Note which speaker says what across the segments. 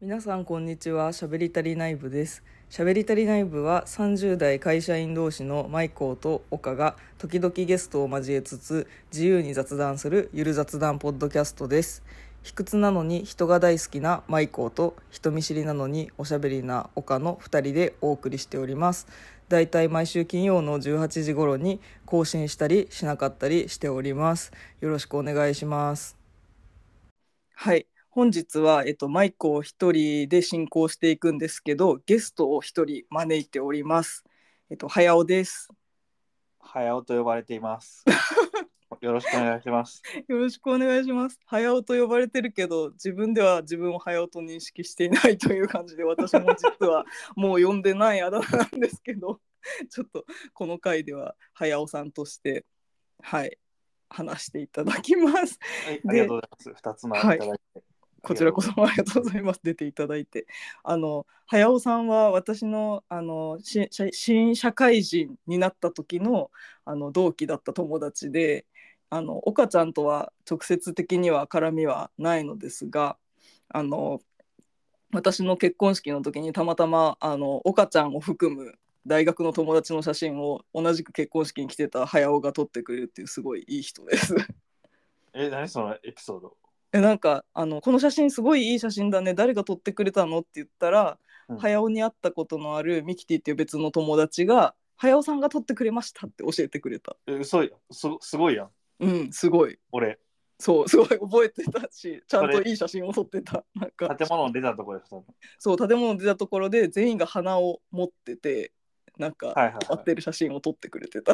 Speaker 1: 皆さんこんにちはしゃべりたり内部ですしゃべりたり内部は30代会社員同士のマイコーと岡が時々ゲストを交えつつ自由に雑談するゆる雑談ポッドキャストです卑屈なのに人が大好きなマイコーと人見知りなのにおしゃべりな岡の2人でお送りしておりますだいたい毎週金曜の18時頃に更新したりしなかったりしておりますよろしくお願いしますはい本日は、えっと、マイコを一人で進行していくんですけどゲストを一人招いております。えっと、早尾です。
Speaker 2: 早尾と呼ばれて います。よろしくお願いします。
Speaker 1: よろしくお願いします。早尾と呼ばれてるけど自分では自分を早尾と認識していないという感じで私も実 はもう呼んでないあだ名なんですけどちょっとこの回では早尾さんとしてはい話していただきます。
Speaker 2: はい、
Speaker 1: で
Speaker 2: ありがとうございます。二つのいただいて、
Speaker 1: こちらこそありがとうございます。出ていただいて。あの、早尾さんは私の、あの、し社新社会人になった時の、あの、同期だった友達で、あの、岡ちゃんとは直接的には絡みはないのですが、あの、私の結婚式の時にたまたま、あの、岡ちゃんを含む大学の友達の写真を同じく結婚式に来てた早尾が撮ってくれるっていうすごいいい人です。
Speaker 2: え、何そのエピソード。
Speaker 1: えなんかあの「この写真すごいいい写真だね誰が撮ってくれたの?」って言ったら、
Speaker 2: うん
Speaker 1: 早尾に会ったことのあるミキティっていう別の友達が「早尾さんが撮ってくれました」って教えてくれた
Speaker 2: え、嘘やん。すご、すごいやん。
Speaker 1: うんすごい
Speaker 2: 俺、
Speaker 1: そうす ごい覚えてたしちゃんと
Speaker 2: それ
Speaker 1: いい写真を撮ってたなんか
Speaker 2: 建物を出たところで、その
Speaker 1: そう建物出たところで全員が花を持っててなんか
Speaker 2: はいはいはい
Speaker 1: 合ってる写真を撮ってくれてた、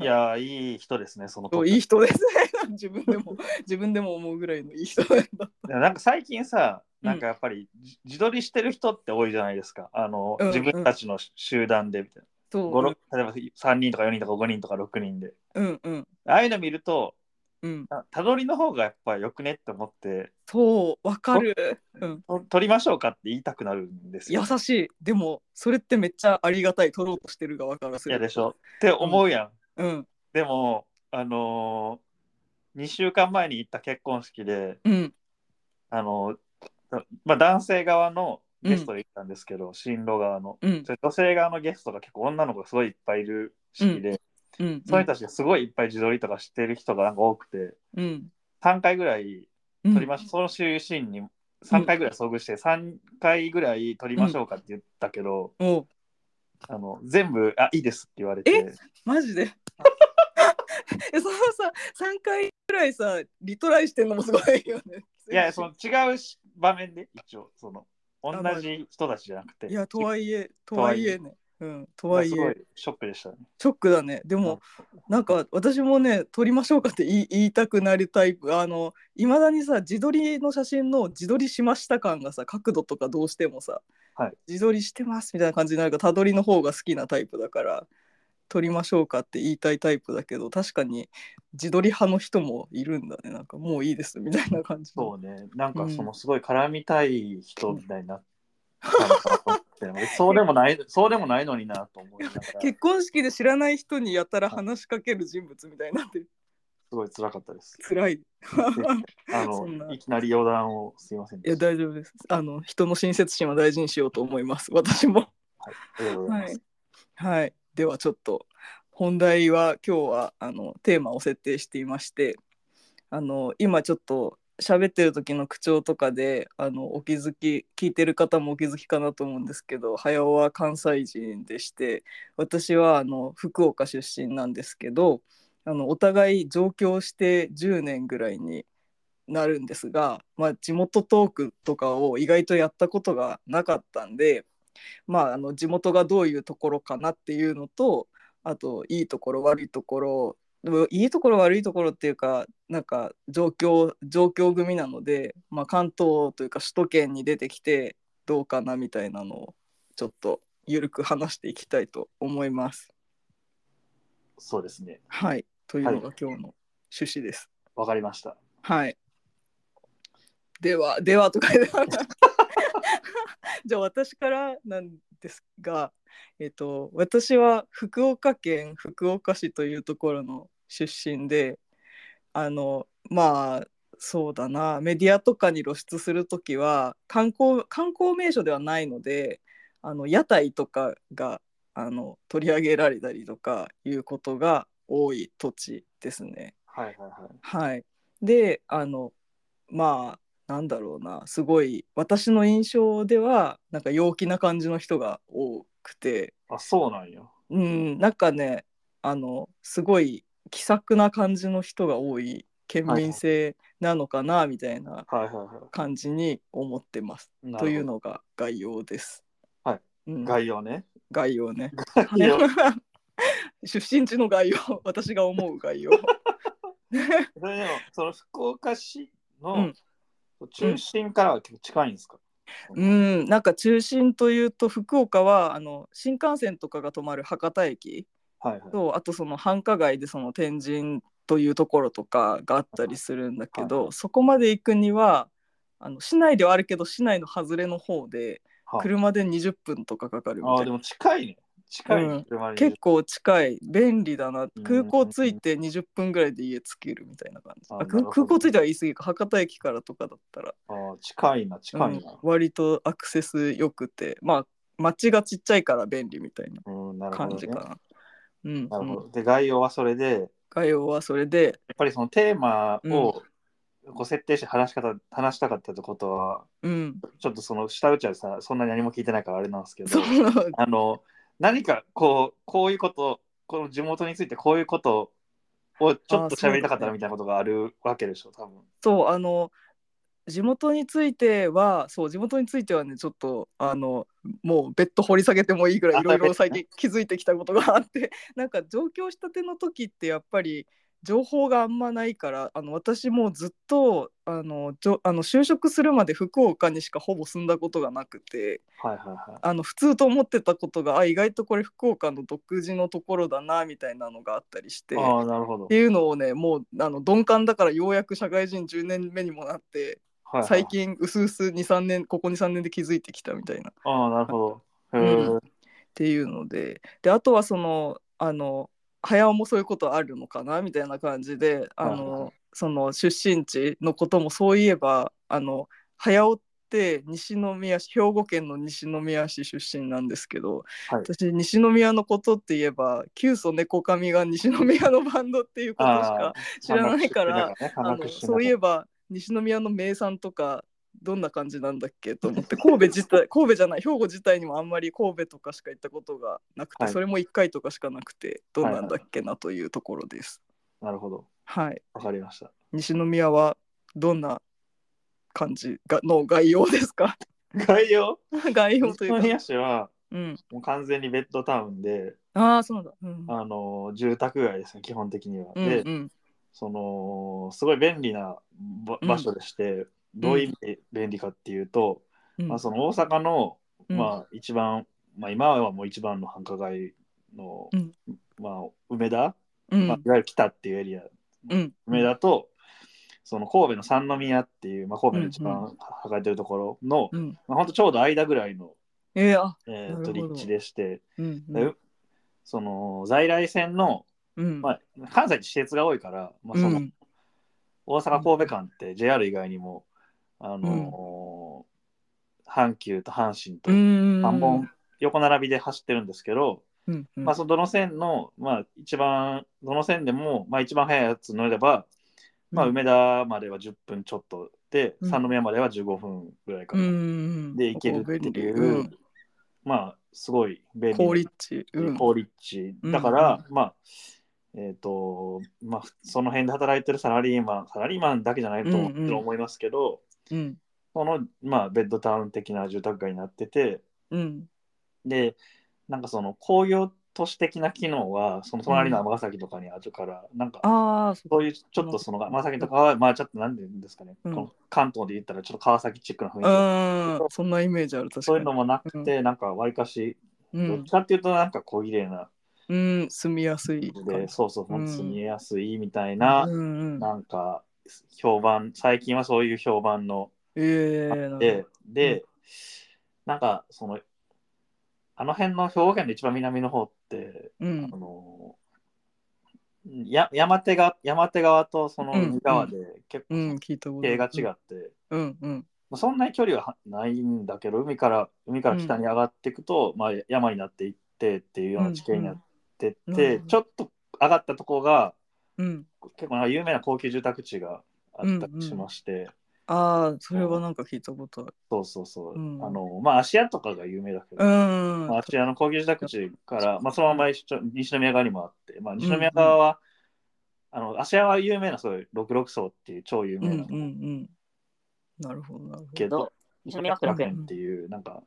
Speaker 2: いやー、いい人ですね、その
Speaker 1: そういい人ですね 自分でも自分でも思うぐらいのいい人なんだ
Speaker 2: でもなんか最近さ、
Speaker 1: うん
Speaker 2: なんかやっぱり、じ自撮りしてる人って多いじゃないですか。あの、
Speaker 1: うんうん
Speaker 2: 自分たちの集団でみたいな。
Speaker 1: そう
Speaker 2: 五六例えば3人とか4人とか5人とか6人で。
Speaker 1: うんうん
Speaker 2: ああいうの見ると、
Speaker 1: うん
Speaker 2: あたどりの方がやっぱよくねって思って、
Speaker 1: そうわかるうん
Speaker 2: と撮りましょうかって言いたくなるんですよ。
Speaker 1: 優しいでもそれってめっちゃありがたい取ろうとしてる側からす
Speaker 2: い
Speaker 1: る
Speaker 2: やでしょって思うやん。
Speaker 1: うん
Speaker 2: でも、あのー、2週間前に行った結婚式で、
Speaker 1: うん
Speaker 2: あのーまあ、男性側のゲストで行ったんですけど、新郎側の。
Speaker 1: うん
Speaker 2: それ女性側のゲストが結構女の子がすごいいっぱいいる式で、
Speaker 1: うん
Speaker 2: そういう人たちがすごいいっぱい自撮りとかしてる人がなんか多くて、
Speaker 1: うん
Speaker 2: 3回ぐらい
Speaker 1: うん
Speaker 2: 撮りまし、そのシーンに3回ぐらい遭遇して、3回ぐらい撮りましょうかって言ったけど、
Speaker 1: おう
Speaker 2: あの全部、あ、いいですって言われて、
Speaker 1: マジで えそのさ三回ぐらいさリトライしてんのもすごいよね
Speaker 2: いや、その違うし場面で、一応、その、同じ人たちじゃなくて。
Speaker 1: いやとはいえと
Speaker 2: は
Speaker 1: はい
Speaker 2: い
Speaker 1: え
Speaker 2: え
Speaker 1: ねうんとはい
Speaker 2: すご
Speaker 1: え
Speaker 2: いショックでしたね。
Speaker 1: ショックだねでもなんか私もね撮りましょうかって言い言いたくなるタイプあのいまだにさ自撮りの写真の自撮りしました感がさ角度とかどうしてもさ、
Speaker 2: はい
Speaker 1: 自撮りしてますみたいな感じになるからたどりの方が好きなタイプだから撮りましょうかって言いたいタイプだけど確かに自撮り派の人もいるんだねなんかもういいですみたいな感じ
Speaker 2: そうね、なんかそうのすごい絡みたい人みたいになったのかなと思って、そうでもない、そうでもないのになと思いながら、す
Speaker 1: 結婚式で知らない人にやたら話しかける人物みたいになって
Speaker 2: ごい辛かったです。
Speaker 1: 辛 い。
Speaker 2: あ
Speaker 1: そんな
Speaker 2: の、いきなり余談をすいませ ん
Speaker 1: い
Speaker 2: で
Speaker 1: や
Speaker 2: した。
Speaker 1: 大丈夫です。あの人の親切心は大事にしようと思います。私も。
Speaker 2: ありがとうござい
Speaker 1: は
Speaker 2: ま
Speaker 1: い
Speaker 2: す。、
Speaker 1: はい、ではちょっと本題は今日はあのテーマを設定していましてあの今ちょっと喋ってる時の口調とかであのお気づき聞いてる方もお気づきかなと思うんですけど早尾は関西人でして私はあの福岡出身なんですけどあのお互い上京して10年ぐらいになるんですが、まあ、地元トークとかを意外とやったことがなかったんで、まあ、あの地元がどういうところかなっていうのとあといいところ悪いところでもいいところ悪いところっていうかなんか状況状況組なので、まあ、関東というか首都圏に出てきてどうかなみたいなのをちょっと緩く話していきたいと思います。
Speaker 2: そうですね、
Speaker 1: はい、というのが今日の趣旨です。
Speaker 2: わかりました。
Speaker 1: はい。では、ではとか言って。 じゃあ私からなんですが、えっと、私は福岡県福岡市というところの出身であのまあそうだなメディアとかに露出するときは観光観光名所ではないのであの屋台とかがあの取り上げられたりとかいうことが多い土地ですね。
Speaker 2: はいはいはい。
Speaker 1: はい、であのまあなんだろうなすごい私の印象ではなんか陽気な感じの人が多くて、
Speaker 2: あ、そうなんよ。
Speaker 1: うん、なんかねあのすごい気さくな感じの人が多い県民性なのかなみたいな
Speaker 2: はいはいは
Speaker 1: 感じに思ってます、
Speaker 2: い。
Speaker 1: という
Speaker 2: なる
Speaker 1: のが概要です。
Speaker 2: はい
Speaker 1: うん
Speaker 2: ほど。概要ね。
Speaker 1: 概要ね。
Speaker 2: 概要
Speaker 1: 出身地の概要私が思う概要。
Speaker 2: それでも、その福岡市
Speaker 1: う
Speaker 2: の
Speaker 1: ん
Speaker 2: 中心からは結構近いんですか、
Speaker 1: うん、なんか中心というと福岡はあの新幹線とかが止まる博多駅
Speaker 2: はいはい。
Speaker 1: とあとその繁華街でその天神というところとかがあったりするんだけど、そこまで行くにはあの市内ではあるけど市内の外れの方で
Speaker 2: はい
Speaker 1: 車で20分とかかかるみ
Speaker 2: あ
Speaker 1: た
Speaker 2: あ、
Speaker 1: い
Speaker 2: で
Speaker 1: な、
Speaker 2: も近いね。近い、
Speaker 1: うん
Speaker 2: 車に
Speaker 1: 結構近い便利だな
Speaker 2: うん
Speaker 1: 空港着いて20分ぐらいで家着けるみたいな感じ
Speaker 2: あ
Speaker 1: あ
Speaker 2: なるほ
Speaker 1: 空
Speaker 2: ど
Speaker 1: 空港着いては言い過ぎか博多駅からとかだったら
Speaker 2: ああ近いな、近
Speaker 1: う
Speaker 2: い
Speaker 1: ん
Speaker 2: な。
Speaker 1: 割とアクセス良くてまあ街がちっちゃいから便利みたいな
Speaker 2: うん、なるほ
Speaker 1: 感
Speaker 2: ど、ね
Speaker 1: じ。かな。うん
Speaker 2: なるほ
Speaker 1: うん
Speaker 2: ど。で、概要はそれで、やっ
Speaker 1: 概要はそれで
Speaker 2: ぱりそのテーマをこう設定して話し方、話したかったってことは、
Speaker 1: うん
Speaker 2: ちょっとその下打ちはさ、そんなに何も聞いてないからあれなんですけど
Speaker 1: そ、う
Speaker 2: あの、何かこう、こういうこと、この地元についてこういうことをちょっと喋りたかったなみたいなことがあるわけでしょ、多分。
Speaker 1: そうあの地元についてはそう地元についてはねちょっとあのもう別途掘り下げてもいいぐらい
Speaker 2: あ
Speaker 1: いろいろ
Speaker 2: 別途ね
Speaker 1: 最近気づいてきたことがあって なんか上京したての時ってやっぱり情報があんまないからあの私もうずっとあのじょあの就職するまで福岡にしかほぼ住んだことがなくて。
Speaker 2: はいはいはい。
Speaker 1: あの普通と思ってたことがあ意外とこれ福岡の独自のところだなみたいなのがあったりしてっ
Speaker 2: ああ、なるほど。
Speaker 1: ていうのをねもうあの鈍感だからようやく社会人10年目にもなって
Speaker 2: はいはい
Speaker 1: 最近うすうす23年ここ23年で気づいてきたみたいなっ
Speaker 2: ああ、なるほど。へ
Speaker 1: う
Speaker 2: ー
Speaker 1: ていうのでであとはそのあの早尾もそういうことあるのかなみたいな感じであ
Speaker 2: はいは
Speaker 1: のその出身地のこともそういえばあの早尾って西宮市兵庫県の西宮市出身なんですけど
Speaker 2: はい
Speaker 1: 私西宮のことって言えば旧祖猫神が西宮のバンドっていうことしか
Speaker 2: あー
Speaker 1: 知らないから、あ
Speaker 2: 感
Speaker 1: の
Speaker 2: 覚してな
Speaker 1: そういえ
Speaker 2: が
Speaker 1: ば西宮の名産とかどんな感じなんだっけと 思って神戸自体神戸じゃない兵庫自体にもあんまり神戸とかしか行ったことがなくて、
Speaker 2: はい
Speaker 1: それも1回とかしかなくてどうなんだっけなというところです。
Speaker 2: らなるほど。
Speaker 1: はい、
Speaker 2: わかりました。
Speaker 1: 西宮はどんな感じがの概要ですか
Speaker 2: 概要
Speaker 1: 概要と
Speaker 2: 西
Speaker 1: いうか。
Speaker 2: 宮市は
Speaker 1: うん、
Speaker 2: もう完全にベッドタウンで、
Speaker 1: ああそうなんだ。うん
Speaker 2: あの住宅街ですね、基本的には。
Speaker 1: うん
Speaker 2: で、
Speaker 1: うん
Speaker 2: そのすごい便利なば
Speaker 1: うん
Speaker 2: 場所でして、どういう意味で便利かっていうと、
Speaker 1: うん
Speaker 2: まあ、その大阪の、
Speaker 1: うん
Speaker 2: まあ、一番、まあ、今はもう一番の繁華街の、
Speaker 1: うん
Speaker 2: まあ、梅田、
Speaker 1: うん
Speaker 2: まあ、いわゆる北っていうエリア、
Speaker 1: うん
Speaker 2: 梅田とその神戸の三宮っていう、まあ、神戸の一
Speaker 1: うん
Speaker 2: 番抱えてるところの、
Speaker 1: うん、
Speaker 2: まあ、ほんとちょうど間ぐらいの、
Speaker 1: えー、あ、
Speaker 2: え
Speaker 1: なる
Speaker 2: ー、
Speaker 1: ほ
Speaker 2: と
Speaker 1: ど
Speaker 2: 立地でして、
Speaker 1: うんう
Speaker 2: で
Speaker 1: ん、
Speaker 2: その在来線の、
Speaker 1: うん、
Speaker 2: まあ、関西って私鉄が多いから、まあその
Speaker 1: うん
Speaker 2: 大阪神戸間って JR 以外にも、あのー阪急と阪神と
Speaker 1: うん、
Speaker 2: 3本横並びで走ってるんですけど、
Speaker 1: うん、うん、
Speaker 2: まあ、そのどの線の、まあ、一番どの線でも、まあ、一番速いやつ乗れば、まあ、
Speaker 1: うん
Speaker 2: 梅田までは10分ちょっとで、
Speaker 1: うん
Speaker 2: 三宮までは15分ぐらいか
Speaker 1: う
Speaker 2: な、
Speaker 1: ん、
Speaker 2: で行けるっていう、
Speaker 1: うん
Speaker 2: まあすごい便利な
Speaker 1: 好立地、うん、
Speaker 2: 好立地
Speaker 1: うん
Speaker 2: だから、まあえっ、とまあその辺で働いてるサラリーマンサラリーマンだけじゃないと
Speaker 1: うんうん
Speaker 2: 思いますけど、
Speaker 1: うん、
Speaker 2: そのまあベッドタウン的な住宅街になってて
Speaker 1: うん、
Speaker 2: でなんかその工業都市的な機能はその隣の尼崎とかにあるから、なんか
Speaker 1: ああ、そ
Speaker 2: そういうちょっとその尼崎とかはまあちょっとなんていうんですかね、
Speaker 1: うん
Speaker 2: この関東で言ったらちょっと川崎チックな雰囲気、
Speaker 1: うん、そんなイメージある、確
Speaker 2: そう
Speaker 1: か
Speaker 2: いう
Speaker 1: に
Speaker 2: の。もなくて、なんかわりかし
Speaker 1: う
Speaker 2: どっ
Speaker 1: ん
Speaker 2: ち、かっていうとなんか小綺麗な
Speaker 1: うん、住みやすい
Speaker 2: の
Speaker 1: 感
Speaker 2: で、
Speaker 1: じ。
Speaker 2: そうそう
Speaker 1: う
Speaker 2: 本
Speaker 1: ん
Speaker 2: 当住みやすいみたいな、
Speaker 1: うん、うん、
Speaker 2: なんか評判最近はそういう評判の
Speaker 1: ええ、な
Speaker 2: で
Speaker 1: る、
Speaker 2: で、なんかそのあの辺の兵庫県の一番南の方って、
Speaker 1: ほどうん
Speaker 2: あ、のや山手が山手側とその
Speaker 1: うん
Speaker 2: 宇川で結
Speaker 1: う
Speaker 2: 構
Speaker 1: ん、聞いたこと
Speaker 2: 系が違
Speaker 1: う。
Speaker 2: って、
Speaker 1: うんうん。
Speaker 2: まあそんなに距離はないんだけど海から海から北に上がっていくと、まあ、山になっていってっていうような地形になってって、
Speaker 1: うんうんうん
Speaker 2: ちょっと上がったとこが
Speaker 1: うん。
Speaker 2: 結構なんか有名な高級住宅地があったりしまして、
Speaker 1: ああ、それはなんか聞いたことある。
Speaker 2: そうそうそう、
Speaker 1: うん
Speaker 2: あのまあ芦屋とかが有名だけど、
Speaker 1: うん。
Speaker 2: まあ、芦屋の高級住宅地から、まあ、そのまま一緒西宮側にもあって、まあ、西宮側は、あの芦屋は有名なそういう六六層っていう超有
Speaker 1: うん
Speaker 2: 名
Speaker 1: う
Speaker 2: なんの
Speaker 1: うん。なるほど、なるほ
Speaker 2: け
Speaker 1: ど。
Speaker 2: ど、西宮学楽
Speaker 1: うん
Speaker 2: 園っていうなんか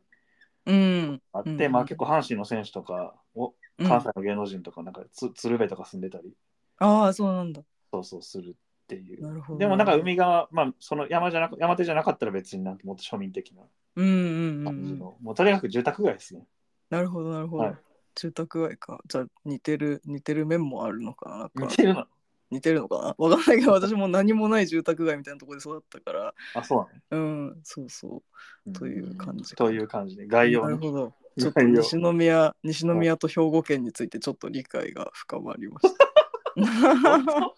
Speaker 1: うん。
Speaker 2: あって、
Speaker 1: うん
Speaker 2: まあ、結構阪神の選手とかを
Speaker 1: うん
Speaker 2: 関西の芸能人とかなんかつ、鶴瓶とか住んでたり
Speaker 1: ああ、そうなんだ。
Speaker 2: そうそうするっていう。
Speaker 1: なるほど。
Speaker 2: でもなんか海側、まあ、その山じゃなく山手じゃなかったら別になんかもっと庶民的な
Speaker 1: うんうんうんう
Speaker 2: 感じ
Speaker 1: ん。
Speaker 2: の、もうとにかく住宅街ですね。
Speaker 1: なるほど、なるほど。
Speaker 2: はい
Speaker 1: 住宅街か。じゃあ似てる、似てる面もあるのかな。なん
Speaker 2: 似
Speaker 1: か
Speaker 2: てるの。
Speaker 1: 似てるのかな。わかんないけど、私も何もない住宅街みたいなところで育ったから。
Speaker 2: あ、そうなの、
Speaker 1: うん、そうそう。
Speaker 2: うん
Speaker 1: という感じ
Speaker 2: という感じで、概要
Speaker 1: なる
Speaker 2: ね
Speaker 1: ほど。
Speaker 2: 概
Speaker 1: ちょ
Speaker 2: 要
Speaker 1: っと西宮、西宮と兵庫県についてちょっと理解が深まりました。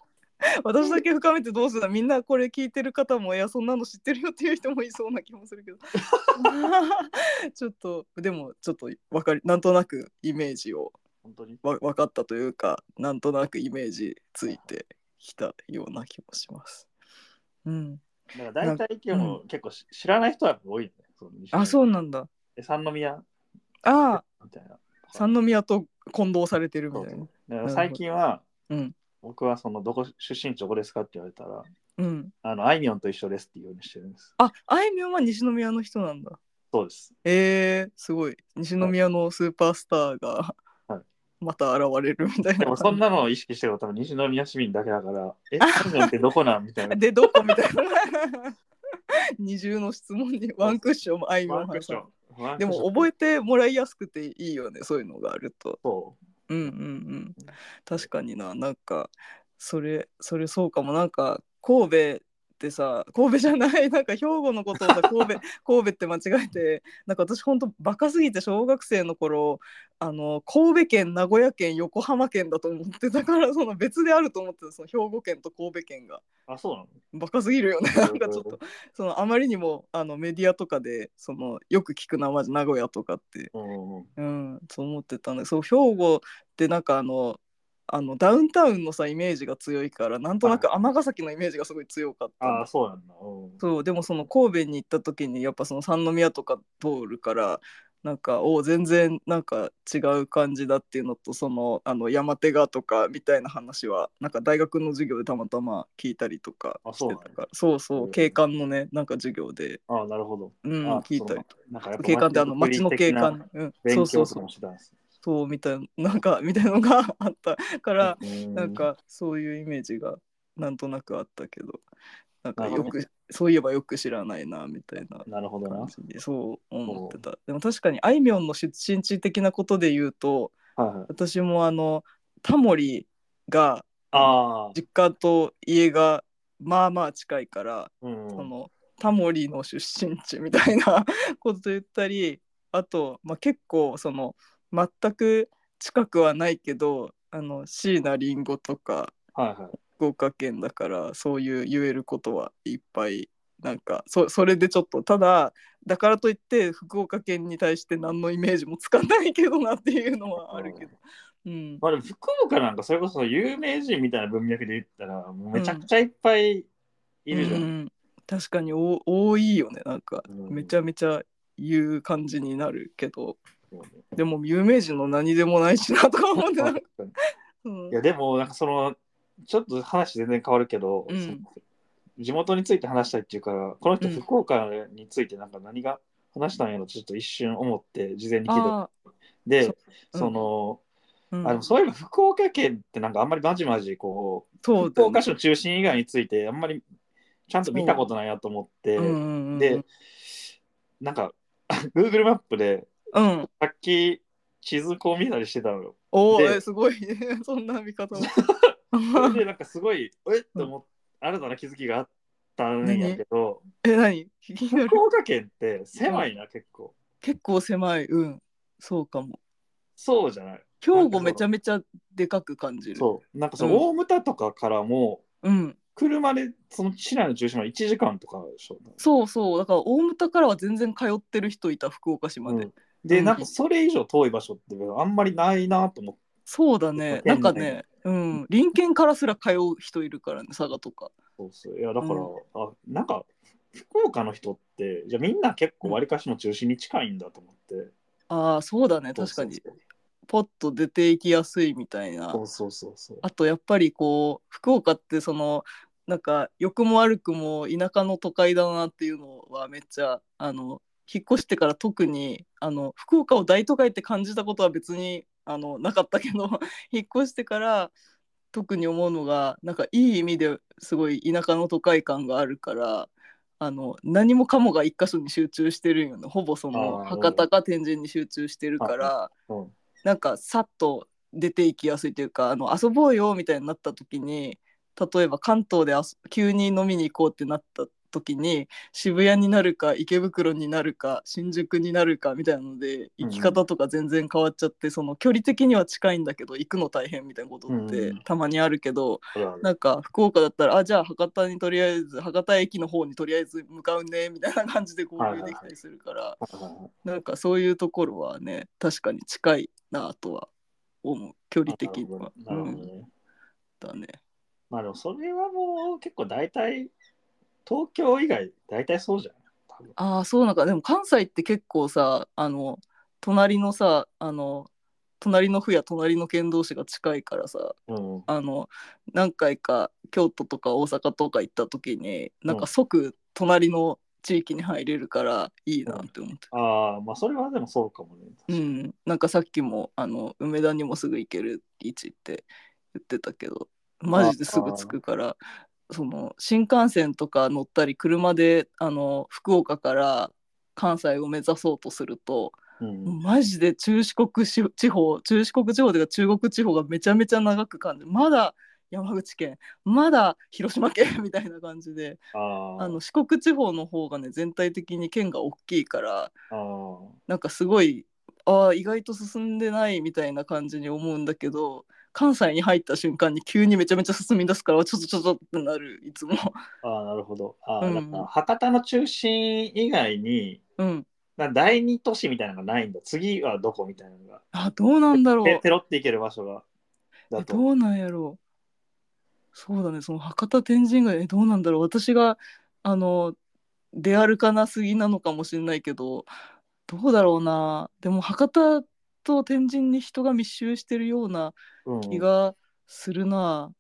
Speaker 1: 私だけ深めてどうするのみんなこれ聞いてる方もいやそんなの知ってるよっていう人もいそうな気もする けどちょっとでもちょっとわかりなんとなくイメージを
Speaker 2: 本当に。
Speaker 1: わ分かったというかなんとなくイメージついてきたような気もします。うん、
Speaker 2: だから大体今日、結構し知らない人は多いよね。その
Speaker 1: あ
Speaker 2: う。
Speaker 1: そうなんだ。
Speaker 2: え三宮
Speaker 1: ああ
Speaker 2: みたいな。
Speaker 1: 三宮と混同されてるみ
Speaker 2: そう
Speaker 1: たい
Speaker 2: そ
Speaker 1: な
Speaker 2: う。だから最近は、
Speaker 1: うん
Speaker 2: 僕はそのどこ出身地どこですかって言われたら、
Speaker 1: うん、
Speaker 2: あのあいみょんと一緒ですっていうようにしてるんです。
Speaker 1: ああいみょんは西宮の人なんだ。
Speaker 2: そうです。
Speaker 1: えー、すごい西宮のスーパースターが
Speaker 2: はい
Speaker 1: また現れるみたい
Speaker 2: で
Speaker 1: な。
Speaker 2: もそんなのを意識してるのは多分西宮市民だけだから、え、あいみょんってどこなんみたい な。
Speaker 1: でどこみたいな 二重の質問にワンクッションもあいみょん
Speaker 2: ワンクッショ
Speaker 1: は
Speaker 2: ンワンクッション
Speaker 1: でも覚えてもらいやすくていいよねそういうのがあると
Speaker 2: そ
Speaker 1: うんうんうん確かにななんかそれそれそうかもなんか神戸ってさ神戸じゃないなんか兵庫のことを さ神戸神戸って間違えてなんか私ほんとバカすぎて小学生の頃あの神戸県名古屋県横浜県だと思ってたからその別であると思ってたその兵庫県と神戸県が
Speaker 2: う。あ、そうなの
Speaker 1: バカすぎるよねなんかちょっ
Speaker 2: う
Speaker 1: とそのあまりにもあのメディアとかでそのよく聞く名前名古屋とかって
Speaker 2: うんうん。
Speaker 1: うん、そう思ってたんだそう兵庫ってなんかあのあのダウンタウンのさイメージが強いからなんとなく尼崎のイメージがすごい強かったん
Speaker 2: あ
Speaker 1: だ
Speaker 2: あ、そうなんだ。うん
Speaker 1: そうでもその神戸に行った時にやっぱその三宮とか通るからなんかお全然なんか違う感じだっていうのとそのあの山手がとかみたいな話はなんか大学の授業でたまたま聞いたりとか
Speaker 2: あ
Speaker 1: し
Speaker 2: そう
Speaker 1: て
Speaker 2: なんだ
Speaker 1: たからそうそう
Speaker 2: うん
Speaker 1: 景観のねなんか授業で、
Speaker 2: ああ、なるほど。
Speaker 1: うん、
Speaker 2: あ
Speaker 1: 聞いたり。
Speaker 2: そのなんかやっぱ
Speaker 1: 景観ってあの街の景
Speaker 2: 的な
Speaker 1: 観、うん、そ
Speaker 2: 勉
Speaker 1: うそ
Speaker 2: 強
Speaker 1: う
Speaker 2: と
Speaker 1: そ
Speaker 2: か
Speaker 1: う
Speaker 2: もしてたんです。
Speaker 1: そうみたいななんかみ たいのがあったから、
Speaker 2: う
Speaker 1: なん、かそういうイメージがなんとなくあったけどなんか
Speaker 2: な
Speaker 1: よ
Speaker 2: るほど
Speaker 1: くそういえばよく知らないなみたいな
Speaker 2: なるほどな。
Speaker 1: 感
Speaker 2: はい
Speaker 1: じでそう思ってたでも確かにあいみょんの出身地的なことで言うと
Speaker 2: はい。
Speaker 1: 私もあのタモリが
Speaker 2: ああ、
Speaker 1: 実家と家がまあまあ近いから
Speaker 2: うん
Speaker 1: そのタモリの出身地みたいな こと言ったりあと、まあ、結構その全く近くはないけどあの椎名林檎とか
Speaker 2: はいはい。
Speaker 1: 福岡県だからそういう言えることはいっぱいなんかそそれでちょっとただだからといって福岡県に対して何のイメージもつかないけどなっていうのはあるけど。うん、
Speaker 2: まあでも福岡なんかそれこそ有名人みたいな文脈で言ったらもうめちゃくちゃいっぱいいるじゃん。
Speaker 1: うん確かにお多いよねなんか
Speaker 2: うん
Speaker 1: めちゃめちゃ言う感じになるけど、
Speaker 2: そうね
Speaker 1: でも有名人の何でもないしなとか思って なんか、うん
Speaker 2: いやでもなんかそのちょっと話全然変わるけど、
Speaker 1: うん
Speaker 2: その地元について話したいっていうからこの人
Speaker 1: うん
Speaker 2: 福岡についてなんか何が話したんやろちょっと一瞬思って事前に聞いた
Speaker 1: あ
Speaker 2: で
Speaker 1: そうん
Speaker 2: その、
Speaker 1: ー、うん
Speaker 2: あのそういえば福岡県ってなんかあんまりまじまじこう
Speaker 1: そうだ
Speaker 2: 福
Speaker 1: よね
Speaker 2: 岡市の中心以外についてあんまりちゃんと見たことないなと思って、
Speaker 1: うんうんうん
Speaker 2: で、なんか、Google マップで、
Speaker 1: うん、
Speaker 2: さっき地図こう見たりしてたのよ。
Speaker 1: おお
Speaker 2: で
Speaker 1: えすごい そんな見方も
Speaker 2: それで、なんかすごい、えっと思っ新たな気づきがあったんやけど、
Speaker 1: え何気になる
Speaker 2: 福岡県って狭いな、結構。
Speaker 1: 結構狭いうんそうかも
Speaker 2: そうじゃない。
Speaker 1: 兵庫めちゃめちゃでかく感じる。
Speaker 2: そう。なんかそ
Speaker 1: う
Speaker 2: の
Speaker 1: ん
Speaker 2: 大牟田とかからも、
Speaker 1: うん。
Speaker 2: 車でその市内の中心まで1時間とかでしょ。
Speaker 1: そうそう。だから大牟田からは全然通ってる人いた福岡市ま
Speaker 2: う
Speaker 1: で。
Speaker 2: ん、で、
Speaker 1: うん
Speaker 2: なんかそれ以上遠い場所ってあんまりないなと思って。
Speaker 1: そうだね。な
Speaker 2: やっ
Speaker 1: んか
Speaker 2: ぱ県内
Speaker 1: ね、うん、隣県からすら通う人いるからね、佐賀とか。
Speaker 2: そうそういやだから、
Speaker 1: う
Speaker 2: あなんか福岡の人ってじゃあみんな結構わりかしの中心に近いんだと思って、
Speaker 1: ああ、そうだね、確かに。ポッと出ていきやすいみたいな
Speaker 2: そ。うそうそうそう
Speaker 1: あとやっぱりこう、福岡ってその、なんか欲も悪くも田舎の都会だなっていうのはめっちゃあの引っ越してから特にあの福岡を大都会って感じたことは別にあのなかったけど 引っ越してから特に思うのがなんかいい意味ですごい田舎の都会感があるからあの何もかもが一箇所に集中してるよねほぼその
Speaker 2: あー
Speaker 1: 博多か天神に集中してるから、
Speaker 2: うんうん
Speaker 1: なんかさっと出ていきやすいというかあの遊ぼうよみたいになった時に例えば関東で遊急に飲みに行こうってなった時に渋谷になるか池袋になるか新宿になるかみたいなので
Speaker 2: う
Speaker 1: 行
Speaker 2: ん
Speaker 1: き方とか全然変わっちゃって、その距離的には近いんだけど行くの大変みたいなことっ
Speaker 2: う
Speaker 1: て
Speaker 2: ん
Speaker 1: たまにあるけど、
Speaker 2: あるある
Speaker 1: なんか福岡だったらあじゃあ博多にとりあえず博多駅の方にとりあえず向かうねみたいな感じで合流できたりするから、
Speaker 2: はいはいはい
Speaker 1: なんかそういうところはね確かに近いなとは思う距離的には。
Speaker 2: なるほど
Speaker 1: う
Speaker 2: ね
Speaker 1: ん、だね
Speaker 2: まあでもそれはもう結構大体東京以外大体そうじゃん多分
Speaker 1: ああそうなんかでも関西って結構さあの隣のさあの隣の府や隣の県同士が近いからさ
Speaker 2: うん
Speaker 1: あの何回か京都とか大阪とか行った時になんか即隣の地域に入れるからいいなって思って、
Speaker 2: ああまあそれはでもそうかもね
Speaker 1: うんなんかさっきもあの梅田にもすぐ行ける位置って言ってたけどマジですぐ着くからその新幹線とか乗ったり車であの福岡から関西を目指そうとすると、
Speaker 2: うん
Speaker 1: マジで中四国し地方中四国地方というか中国地方がめちゃめちゃ長く感じるまだ山口県まだ広島県みたいな感じで
Speaker 2: ああ
Speaker 1: あの四国地方の方がね全体的に県が大きいから
Speaker 2: あー
Speaker 1: なんかすごいああ意外と進んでないみたいな感じに思うんだけど関西に入った瞬間に急にめちゃめちゃ進み出すからちょっとちょっとってなるいつも。
Speaker 2: あーなるほどああ、
Speaker 1: うん
Speaker 2: なんか博多の中心以外に
Speaker 1: うん、
Speaker 2: なんか第二都市みたいなのがないんだ次はどこみたいなのが
Speaker 1: あどうなんだろう
Speaker 2: ペペロっていける場所が。だ
Speaker 1: えど
Speaker 2: と。
Speaker 1: うなんやろうそうだねその博多天神街えどうなんだろう私があの出歩かなすぎなのかもしれないけどどうだろうなでも博多と天神に人が密集してるような
Speaker 2: うん
Speaker 1: 気がするな、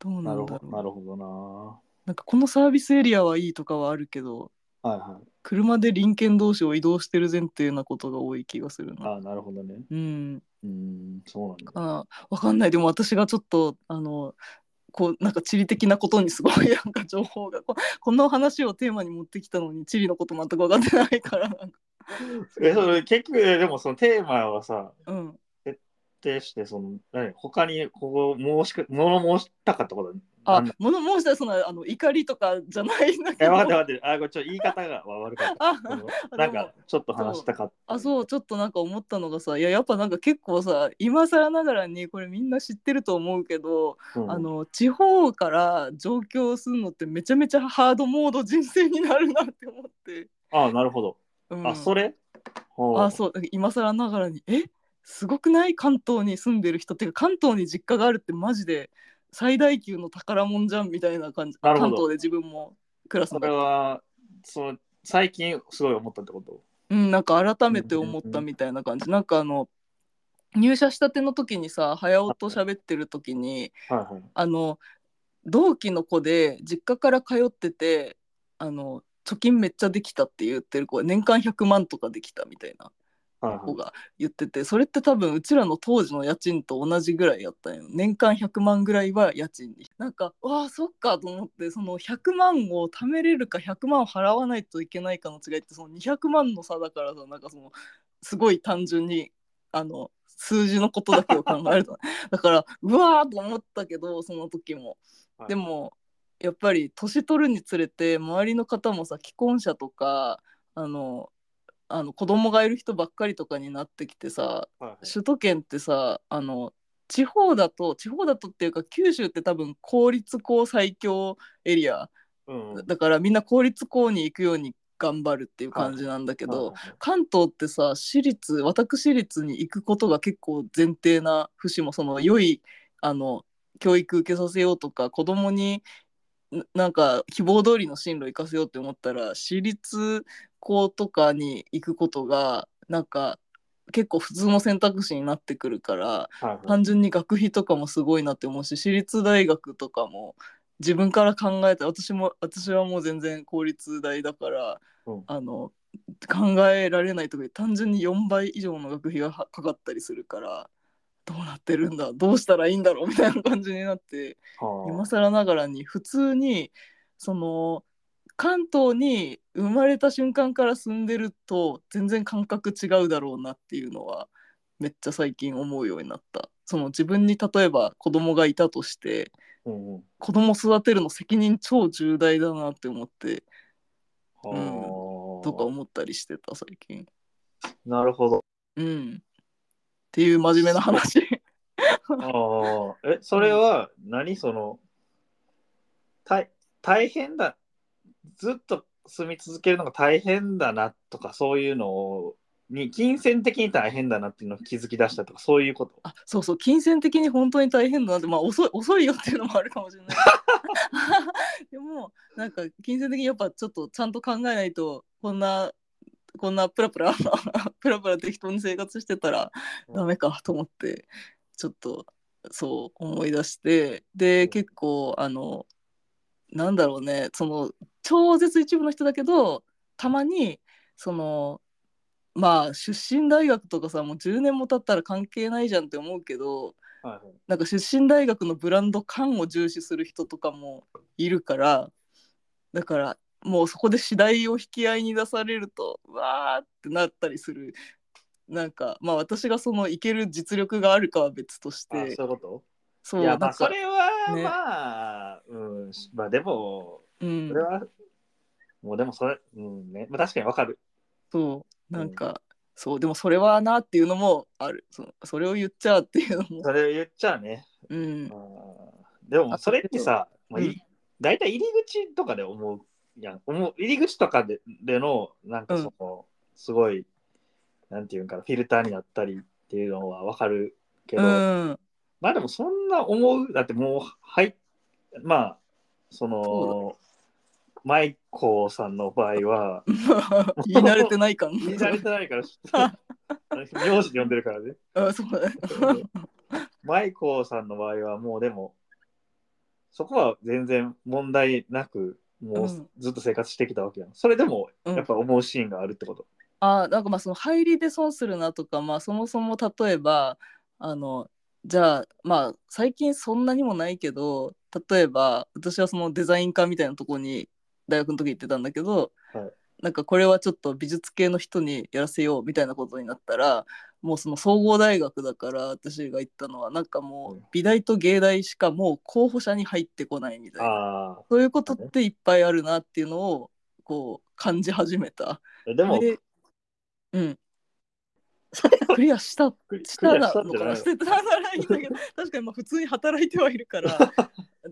Speaker 1: どうな
Speaker 2: なる
Speaker 1: ん
Speaker 2: ほ
Speaker 1: だ
Speaker 2: ど
Speaker 1: ろう
Speaker 2: なるほどな。
Speaker 1: なんかこのサービスエリアはいいとかはあるけど
Speaker 2: はいはい。
Speaker 1: 車で隣県同士を移動してる前提なことが多い気がするな
Speaker 2: あなるほどね。
Speaker 1: うん
Speaker 2: うん、そうなんだ。
Speaker 1: あわかんないでも私がちょっとあのこうなんか地理的なことにすごい なんか情報がここの話をテーマに持ってきたのに地理のこと全く分かってないからなんか、
Speaker 2: え、それ結局、えでもそのテーマはさ、
Speaker 1: うん、
Speaker 2: でして、その、何、他にここ申しか、物申したかったことは
Speaker 1: あ
Speaker 2: なんだ
Speaker 1: 物申したらそのあの怒りとかじゃないんだ
Speaker 2: え、
Speaker 1: けど
Speaker 2: 分かって分かって。あ、これちょっと言い方が悪か っ
Speaker 1: あ
Speaker 2: た。そのなん
Speaker 1: で
Speaker 2: か
Speaker 1: も、
Speaker 2: ちょっと話したかった。
Speaker 1: あそうちょっとなんか思ったのがさいややっぱなんか結構さ今更ながらにこれみんな知ってると思うけど、
Speaker 2: うん。
Speaker 1: あの地方から上京するのってめちゃめちゃハードモード人生になるなって思って。
Speaker 2: あ、なるほど。
Speaker 1: うん
Speaker 2: あ、それほ
Speaker 1: あそう今更ながらにえすごくない関東に住んでる人っていうか関東に実家があるってマジで最大級の宝物じゃんみたいな感じ
Speaker 2: なるほ
Speaker 1: 関
Speaker 2: ど
Speaker 1: 東で自分もクラス
Speaker 2: そ
Speaker 1: の
Speaker 2: れは、その、最近すごい思ったってこと
Speaker 1: うんなんか改めて思ったみたいな感じなんかあの入社したての時にさ早尾と喋ってる時に
Speaker 2: はいはい。
Speaker 1: あの同期の子で実家から通っててあの貯金めっちゃできたって言ってる子年間100万とかできたみたいな
Speaker 2: はい
Speaker 1: 子
Speaker 2: は
Speaker 1: が言っててそれって多分うちらの当時の家賃と同じぐらいやったんよ年間100万ぐらいは家賃になんかわあそっかと思ってその100万を貯めれるか100万を払わないといけないかの違いってその200万の差だからさなんかそのすごい単純にあの数字のことだけを考えると だからうわーと思ったけどその時も
Speaker 2: はい
Speaker 1: でもやっぱり年取るにつれて周りの方もさ既婚者とかあのあの子供がいる人ばっかりとかになってきてさ
Speaker 2: はいはい
Speaker 1: 首都圏ってさあの地方だと地方だとっていうか九州って多分公立校最強エリア
Speaker 2: うんうん
Speaker 1: だからみんな公立校に行くように頑張るっていう感じなんだけど、
Speaker 2: はいはい
Speaker 1: 関東ってさ私立私立に行くことが結構前提な節もその良いあの教育受けさせようとか子供にななんか希望通りの進路行かせようって思ったら私立校とかに行くことがなんか結構普通の選択肢になってくるから
Speaker 2: はいはい
Speaker 1: 単純に学費とかもすごいなって思うし私立大学とかも自分から考えた私も私はもう全然公立大だから、
Speaker 2: うん
Speaker 1: あの考えられないとか単純に4倍以上の学費がはかかったりするからどうなってるんだどうしたらいいんだろうみたいな感じになって
Speaker 2: はあ
Speaker 1: 今更ながらに普通にその関東に生まれた瞬間から住んでると全然感覚違うだろうなっていうのはめっちゃ最近思うようになったその自分に例えば子供がいたとして
Speaker 2: うんうん
Speaker 1: 子供育てるの責任超重大だなって思って
Speaker 2: はあ
Speaker 1: とか思ったりしてた最近
Speaker 2: なるほど。
Speaker 1: うんっていう真面目な話
Speaker 2: ああ、え、それは何、その、大大変だ、ずっと住み続けるのが大変だなとか、そういうのを、に金銭的に大変だなっていうのを気づき出したとか、そういうこと。
Speaker 1: あそうそう金銭的に本当に大変だなってまあ遅い遅いよっていうのもあるかもしれないでもなんか金銭的にやっぱちょっとちゃんと考えないとこんなこんなプラプラ プラプラ適当に生活してたらダメかと思ってちょっとそう思い出してで結構あのなんだろうねその超絶一部の人だけどたまにそのまあ出身大学とかさもう10年も経ったら関係ないじゃんって思うけど
Speaker 2: はいはい
Speaker 1: なんか出身大学のブランド感を重視する人とかもいるからだからもうそこで次第を引き合いに出されるとうわーってなったりするなんかまあ私がそのいける実力があるかは別とし
Speaker 2: あ
Speaker 1: て
Speaker 2: そういうこ
Speaker 1: そ
Speaker 2: と
Speaker 1: う
Speaker 2: い
Speaker 1: な
Speaker 2: や、
Speaker 1: ん
Speaker 2: まあ、
Speaker 1: か
Speaker 2: それは、
Speaker 1: ね
Speaker 2: まあ、うん、しまあでも、
Speaker 1: うん
Speaker 2: それは、もうでもそれ、うんね、まあ確かにわかる。
Speaker 1: そうなんか、そうでもそれはなっていうのもあるそのそれを言っちゃうっていうのも、
Speaker 2: それを言っちゃうね。
Speaker 1: うん
Speaker 2: あ、ーでもそれってさ、まあ
Speaker 1: うん
Speaker 2: い大体入り口とかで思うやん思う入り口とかででのなんかその、すごいなんていうんかなフィルターになったりっていうのはわかるけど、
Speaker 1: うん、
Speaker 2: まあでもそんな思うだってもうはいまあそ
Speaker 1: そ
Speaker 2: の舞子さんの場合は
Speaker 1: 言い慣れてない感
Speaker 2: 言い慣れてないからちょっ と名字で呼んでるからね。
Speaker 1: うんそうだね
Speaker 2: マイコさんの場合はもうでもそこは全然問題なくも
Speaker 1: うん
Speaker 2: うずっと生活してきたわけやん、それでも
Speaker 1: うん
Speaker 2: やっぱ思うシーンがあるってこと、
Speaker 1: あなんかまあその入りで損するなとかまあそもそも例えばあのじゃあまあ最近そんなにもないけど例えば私はそのデザイン科みたいなとこに大学の時行ってたんだけど、
Speaker 2: はい
Speaker 1: なんかこれはちょっと美術系の人にやらせようみたいなことになったらもうその総合大学だから私が行ったのはなんかもう美大と芸大しかもう候補者に入ってこないみたいな
Speaker 2: あ
Speaker 1: そういうことっていっぱいあるなっていうのをこう感じ始めた。
Speaker 2: あでも
Speaker 1: でうん。クリアしたし
Speaker 2: クリク
Speaker 1: た
Speaker 2: リア
Speaker 1: な
Speaker 2: したん
Speaker 1: の
Speaker 2: じゃ
Speaker 1: か
Speaker 2: な
Speaker 1: ないしてたならいいんだけど確かにまあ普通に働いてはいるから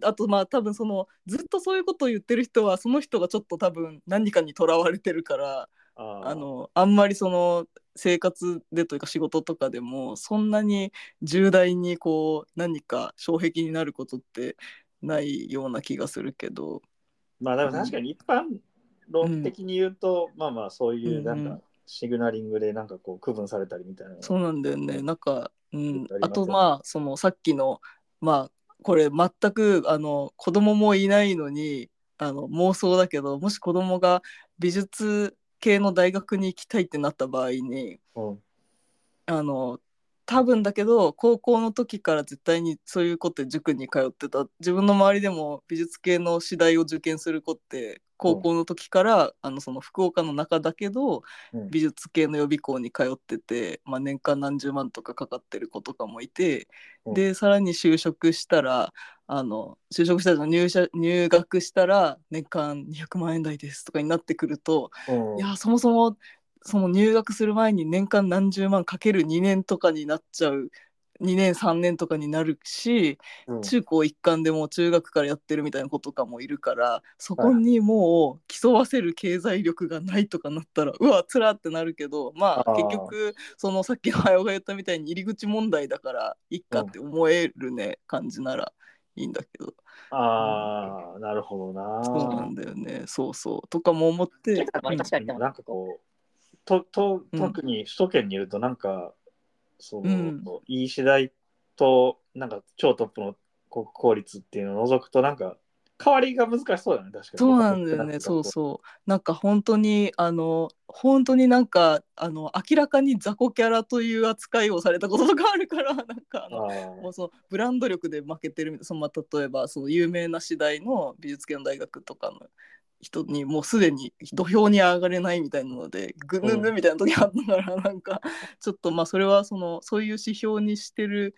Speaker 1: あとまあ多分そのずっとそういうことを言ってる人はその人がちょっと多分何かにとらわれてるから
Speaker 2: の
Speaker 1: あのあんまりその生活でというか仕事とかでもそんなに重大にこう何か障壁になることってないような気がするけど。
Speaker 2: まあでも確かに一般論的に言うと、まあまあそういうなん
Speaker 1: うんう
Speaker 2: かシグナリングでなんかこう区分されたりみたいなのが
Speaker 1: そうなんだよね。なんか、う
Speaker 2: よ
Speaker 1: ん
Speaker 2: くあ、りますよね
Speaker 1: あとまあそのさっきのまあこれ全くあの子供もいないのにあの妄想だけどもし子供が美術系の大学に行きたいってなった場合に
Speaker 2: うん
Speaker 1: あの多分だけど高校の時から絶対にそういう子って塾に通ってた自分の周りでも美術系の次第を受験する子って高校の時から、あのその福岡の中だけど
Speaker 2: うん
Speaker 1: 美術系の予備校に通ってて、まあ、年間何十万とかかかってる子とかもいて、
Speaker 2: うん
Speaker 1: でさらに就職したらあの就職したら入社入学したら年間200万円台ですとかになってくると、
Speaker 2: うん
Speaker 1: いやそもそもその入学する前に年間何十万かける2年とかになっちゃう2年3年とかになるし
Speaker 2: うん
Speaker 1: 中高一貫でもう中学からやってるみたいな子とかもいるからそこにもう競わせる経済力がないとかなったらうわつらってなるけどまあ
Speaker 2: あー
Speaker 1: 結局そのさっきのあやが言ったみたいに入り口問題だからいっかって思えるね、感じならいいんだけど
Speaker 2: ああ、なるほどな。
Speaker 1: そうなんだよねそうそうとかも思って
Speaker 3: だから確かに
Speaker 2: でもなんかこう、とと
Speaker 1: うん
Speaker 2: 特に首都圏にいると、なんか、その、
Speaker 1: うん
Speaker 2: いい次第と、なんか超トップの国公立っていうのを除くと、なんか、変わりが難しそうだね、確かに。
Speaker 1: そうなんだよね、そうそう。なんか本当に、あの、本当になんか、あの、明らかに雑魚キャラという扱いをされたこととかあるから、なんかあの、
Speaker 2: あ
Speaker 1: もうそのブランド力で負けてるみたいなその、まあ、例えばその有名な次第の美術系の大学とかの人にもうすでに土俵に上がれないみたいなのでぐぬぬみたいな時あったから、なんかちょっとまあそれはそのそういう指標にしてる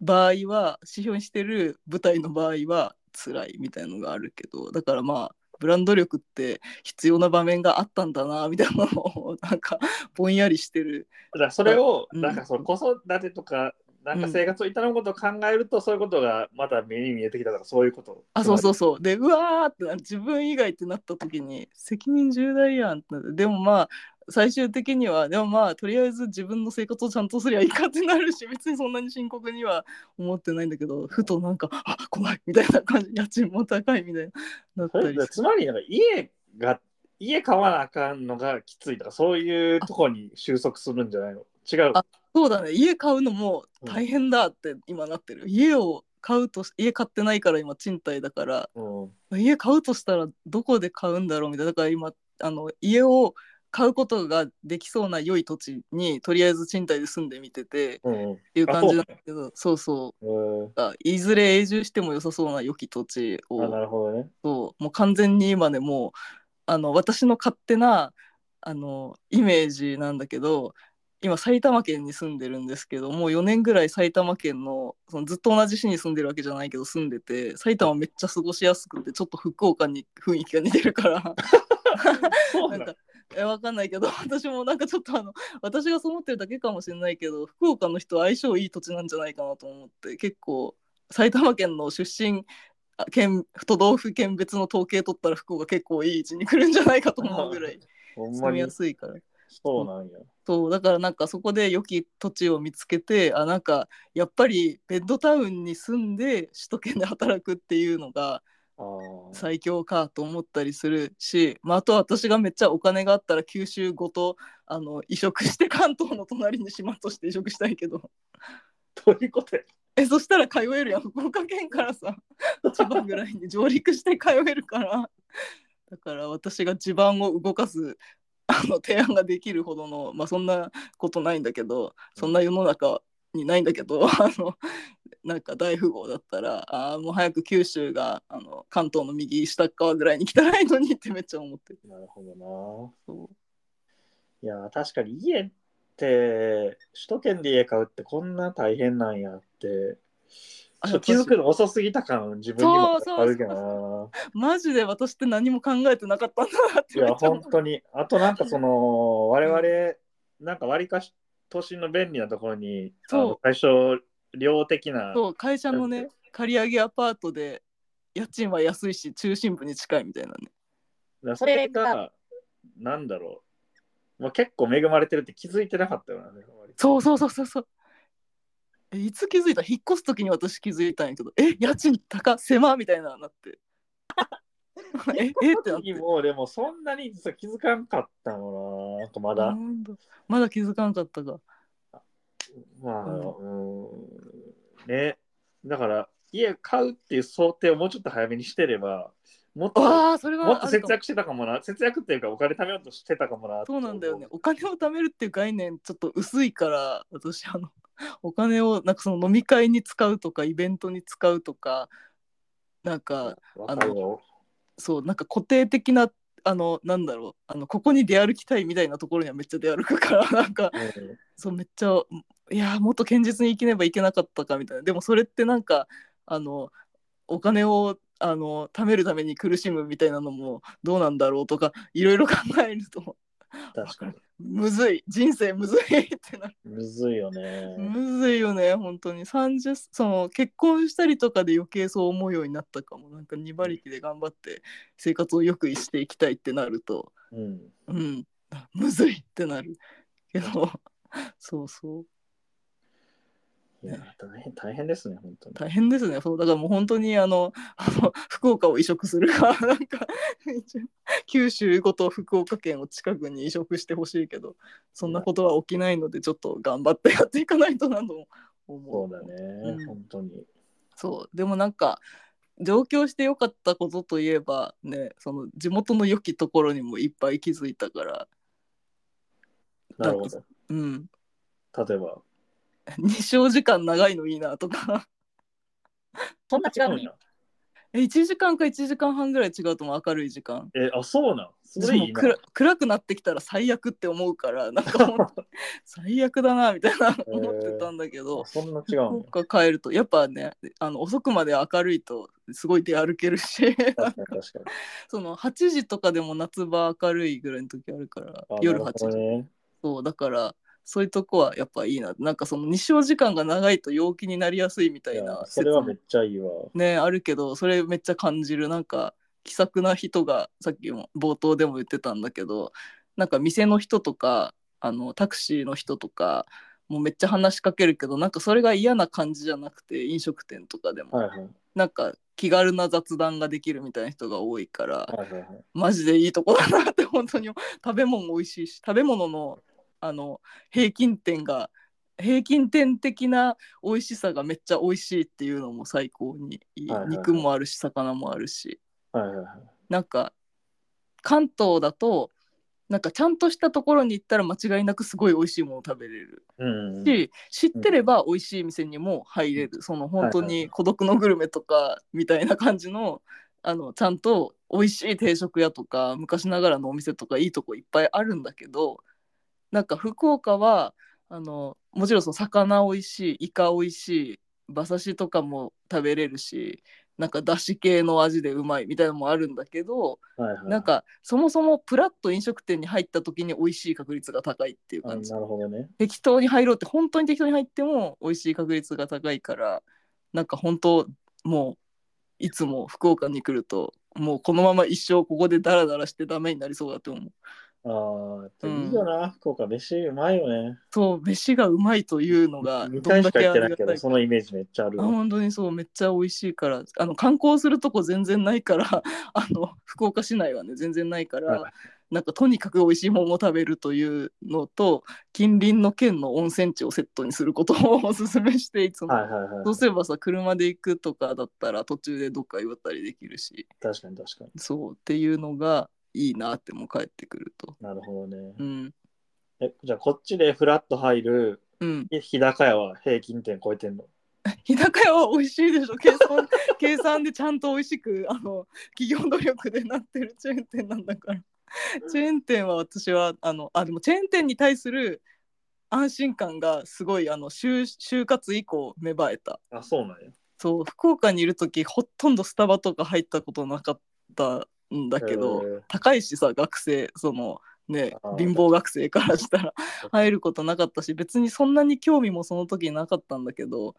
Speaker 1: 場合は指標にしてる舞台の場合は辛いみたいなのがあるけどだからまあブランド力って必要な場面があったんだなみたいなのをなんかぼんやりしてる。
Speaker 2: だからそれを、
Speaker 1: うん
Speaker 2: なんかその子育てとか、なんか生活を営むことを考えると、そういうことがまた目に見えてきたとか、そういうこと。
Speaker 1: あそうそうそうでうわーってな自分以外ってなった時に責任重大やんってなってでもまあ最終的にはでもまあとりあえず自分の生活をちゃんとすりゃいいかってなるし別にそんなに深刻には思ってないんだけどふとなんかあ怖いみたいな感じ家賃も高いみたいになった
Speaker 2: それ
Speaker 1: りして
Speaker 2: つまりなんか家が家買わなあかんのがきついとかそういうとこに収束するんじゃないの違う
Speaker 1: あそうだね家買うのも大変だって今なってる、家を買うとし家買ってないから今賃貸だから
Speaker 2: うん
Speaker 1: 家買うとしたらどこで買うんだろうみたいなだから今あの家を買うことができそうな良い土地にとりあえず賃貸で住んでみててっ
Speaker 2: うんうん
Speaker 1: ていう感じなんだけどそうそう
Speaker 2: うん
Speaker 1: あいずれ永住しても良さそうな良き土地
Speaker 2: あな
Speaker 1: を
Speaker 2: るほどね
Speaker 1: そうもう完全に今ねもうあの私の勝手なあのイメージなんだけど今埼玉県に住んでるんですけどもう4年ぐらい埼玉県のそのずっと同じ市に住んでるわけじゃないけど住んでて埼玉めっちゃ過ごしやすくてちょっと福岡に雰囲気が似てるから
Speaker 2: そう
Speaker 1: な
Speaker 2: なん
Speaker 1: ん
Speaker 2: だ
Speaker 1: かえわかんないけど 私もなんかちょっとあの私がそう思ってるだけかもしれないけど福岡の人相性いい土地なんじゃないかなと思って結構埼玉県の出身あ県都道府県別の統計取ったら福岡結構いい位置に来るんじゃないかと思うぐらい
Speaker 2: ほん
Speaker 1: 住
Speaker 2: ま
Speaker 1: み
Speaker 2: に
Speaker 1: やすいから
Speaker 2: そうなんや
Speaker 1: そうだからなんかそこで良き土地を見つけてあなんかやっぱりベッドタウンに住んで首都圏で働くっていうのが
Speaker 2: あー
Speaker 1: 最強かと思ったりするし、まあ、あとは私がめっちゃお金があったら九州ごとあの移植して関東の隣に島として移植したいけど
Speaker 2: どういうことや
Speaker 1: えそしたら通えるやん福岡県からさ千葉ぐらいに上陸して通えるからだから私が地盤を動かすあの提案ができるほどのまあそんなことないんだけどそんな世の中にないんだけど あのなんか大富豪だったらあーもう早く九州があの関東の右下っ側ぐらいに来たらいいのにってめっちゃ思ってる。
Speaker 2: なるほど
Speaker 1: そう
Speaker 2: ないや確かに家って首都圏で家買うってこんな大変なんやって
Speaker 1: あ
Speaker 2: ちょっと気づくの遅すぎた感自分にも
Speaker 1: そうそうそう
Speaker 2: あるけどな
Speaker 1: マジで私って何も考えてなかったんだなっ
Speaker 2: い
Speaker 1: てめ
Speaker 2: や、
Speaker 1: っ ちゃ思
Speaker 2: 本当に。あと、なんかその、我々、なんか割かし、都心の便利なところに、あ
Speaker 1: そう
Speaker 2: の最初、量的な、
Speaker 1: そう会社のね借り上げアパートで家賃は安いし中心部に近いみたいなね
Speaker 2: だから
Speaker 3: そ
Speaker 2: そ
Speaker 3: れ
Speaker 2: れ
Speaker 3: が
Speaker 2: が、なんだろう。まあ、結構恵まれてるって気づいてなかったよな、ね、割と
Speaker 1: そうそうそうそうそう。えいつ気づいた引っ越す時に私気づいたんやけど、え家賃高狭みたいななって。 ええってなって
Speaker 2: 時。も、でもそんなに実は気づかんかったのな、なんかまだ。
Speaker 1: なんだまだ気づかんかったか。
Speaker 2: まあ、
Speaker 1: うん
Speaker 2: うん、ね。だから、家買うっていう想定をもうちょっと早めにしてれば、もっと、
Speaker 1: わあそれは
Speaker 2: もっと
Speaker 1: あるか
Speaker 2: 節
Speaker 1: も
Speaker 2: 約してたかもな。節約っていうか、お金貯めようとしてたかもな。
Speaker 1: そうなんだよね。。お金を貯めるっていう概念ちょっと薄いから、私あのお金をなんかその飲み会に使うとかイベントに使うとか、なんか
Speaker 2: わかるよ。
Speaker 1: そうなんか固定的なあのなんだろうあのここに出歩きたいみたいなところにはめっちゃ出歩くから なんか
Speaker 2: うん
Speaker 1: そうめっちゃいやーもっと堅実に生きねばいけなかったかみたいなでもそれってなんかあのお金をあの貯めるために苦しむみたいなのもどうなんだろうとかいろいろ考えると
Speaker 2: 確かに。
Speaker 1: むずい人生むずいってなる
Speaker 2: むずいよね。
Speaker 1: むずいよね本当に30その結婚したりとかで余計そう思うようになったかもなんか2馬力で頑張って生活を良くしていきたいってなると
Speaker 2: うん。
Speaker 1: うん むずいってなるけど そうそう
Speaker 2: いや、大変、大変ですね、本当に。
Speaker 1: 大変ですねそうだからもう本当にあのあの福岡を移植するか なんか一応九州ごと福岡県を近くに移植してほしいけどそんなことは起きないのでちょっと頑張ってやっていかないとなと思う。
Speaker 2: そうだね、
Speaker 1: うん
Speaker 2: 本当に。
Speaker 1: そうでもなんか上京してよかったことといえばねその地元の良きところにもいっぱい気づいたから
Speaker 2: なるほど。
Speaker 1: うん
Speaker 2: 例えば。
Speaker 1: 日照時間長いのいいなとか
Speaker 2: そん
Speaker 3: な違うのに
Speaker 1: え1時間か1時間半ぐらい違うともう明るい時間
Speaker 2: え、あ、そうなん。そ
Speaker 1: で
Speaker 2: れ
Speaker 1: も
Speaker 2: いいな。
Speaker 1: 暗暗くなってきたら最悪って思うからなんか 本当最悪だなみたいな思ってたんだけど
Speaker 2: あそんな違うん
Speaker 1: 福
Speaker 2: や。
Speaker 1: 岡帰るとやっぱねあの遅くまで明るいとすごい出歩けるし
Speaker 2: 確かに、確かに。
Speaker 1: その8時とかでも夏場明るいぐらいの時あるから
Speaker 2: あ
Speaker 1: 夜
Speaker 2: な
Speaker 1: 8
Speaker 2: るほど
Speaker 1: 時
Speaker 2: ね。
Speaker 1: そうだからそういうとこはやっぱいいななんかその日照時間が長いと陽気になりやすいみたい
Speaker 2: いや
Speaker 1: な、
Speaker 2: それはめっちゃいいわ。
Speaker 1: ねあるけどそれめっちゃ感じるなんか気さくな人がさっきも冒頭でも言ってたんだけどなんか店の人とかあのタクシーの人とかもうめっちゃ話しかけるけどなんかそれが嫌な感じじゃなくて飲食店とかでも、
Speaker 2: はいはい。
Speaker 1: なんか気軽な雑談ができるみたいな人が多いから、
Speaker 2: はいはいはい。
Speaker 1: マジでいいとこだなって本当に思う食べ物も美味しいし食べ物のあの平均点が平均点的な美味しさがめっちゃ美味しいっていうのも最高にいい
Speaker 2: はいはいはい
Speaker 1: 肉もあるし魚もあるし
Speaker 2: はいはいはい。
Speaker 1: なんか関東だとなんかちゃんとしたところに行ったら間違いなくすごい美味しいものを食べれる
Speaker 2: うん。
Speaker 1: し知ってれば美味しい店にも入れるその本当
Speaker 2: はいはいは
Speaker 1: に
Speaker 2: い
Speaker 1: 孤独のグルメとかみたいな感じのあのちゃんと美味しい定食屋とか昔ながらのお店とかいいとこいっぱいあるんだけどなんか福岡はあのもちろんその魚美味しいイカ美味しい馬刺しとかも食べれるしなんかだし系の味でうまいみたいなのもあるんだけど
Speaker 2: はいはい。
Speaker 1: なんかそもそもプラッと飲食店に入った時に美味しい確率が高いっていう
Speaker 2: あ、
Speaker 1: 感じ
Speaker 2: なるほどね。
Speaker 1: 適当に入ろうって本当に適当に入っても美味しい確率が高いからなんか本当もういつも福岡に来るともうこのまま一生ここでダラダラしてダメになりそうだと思う
Speaker 2: ああ、で
Speaker 1: うん
Speaker 2: もいいよな、福岡、飯うまいよね。
Speaker 1: そう飯がうまいというのが
Speaker 2: 2
Speaker 1: どん
Speaker 2: 回し
Speaker 1: だ
Speaker 2: か
Speaker 1: けあ
Speaker 2: 行って
Speaker 1: りが
Speaker 2: ない
Speaker 1: た
Speaker 2: け
Speaker 1: いか
Speaker 2: ど、そのイメージめっちゃある
Speaker 1: あ
Speaker 2: わ。
Speaker 1: 本当にそうめっちゃ美味しいからあの観光するとこ全然ないから あの福岡市内はね全然ないから、
Speaker 2: は
Speaker 1: なんかとにかく美味しいものを食べるというのと近隣の県の温泉地をセットにすることをおすすめしていつも
Speaker 2: はいはいはい
Speaker 1: そう。すればさ車で行くとかだったら途中でどっか寄ったりできるし
Speaker 2: 確かに確かに。
Speaker 1: そうっていうのがいいなってもう帰ってくると
Speaker 2: なるほどね。
Speaker 1: うん
Speaker 2: え、じゃあこっちでフラッと入る
Speaker 1: うん
Speaker 2: え日高屋は平均点超えてんの
Speaker 1: 日高屋は美味しいでしょ計算 計算でちゃんと美味しくあの企業努力でなってるチェーン店なんだからチェーン店は私はあのあでもチェーン店に対する安心感がすごいあの就就活以降芽生えた
Speaker 2: あ、そうなんや。
Speaker 1: そう福岡にいる時ほとんどスタバとか入ったことなかったんだけど、
Speaker 2: へー
Speaker 1: 高いしさ学生そのね
Speaker 2: あー
Speaker 1: 貧乏学生からした ら入ることなかったし別にそんなに興味もその時なかったんだけど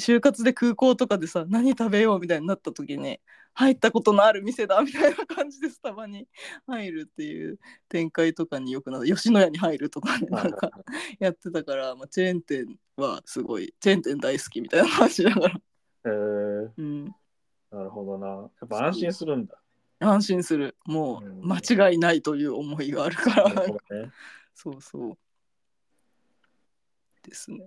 Speaker 1: 就活で空港とかでさ何食べようみたいになった時に入ったことのある店だみたいな感じでスタバに 入るっていう展開とかによくなった吉野家に入るとかね
Speaker 2: は
Speaker 1: ない
Speaker 2: はい
Speaker 1: んか やってたから、まあ、チェーン店はすごいチェーン店大好きみたいな話だから、
Speaker 2: えー、
Speaker 1: うん、
Speaker 2: なるほどな。やっぱ安心するんだ。
Speaker 1: 安心するも
Speaker 2: うん
Speaker 1: う間違いないという思いがあるか
Speaker 2: な
Speaker 1: ら
Speaker 2: るほどね。
Speaker 1: そうそう。ですね。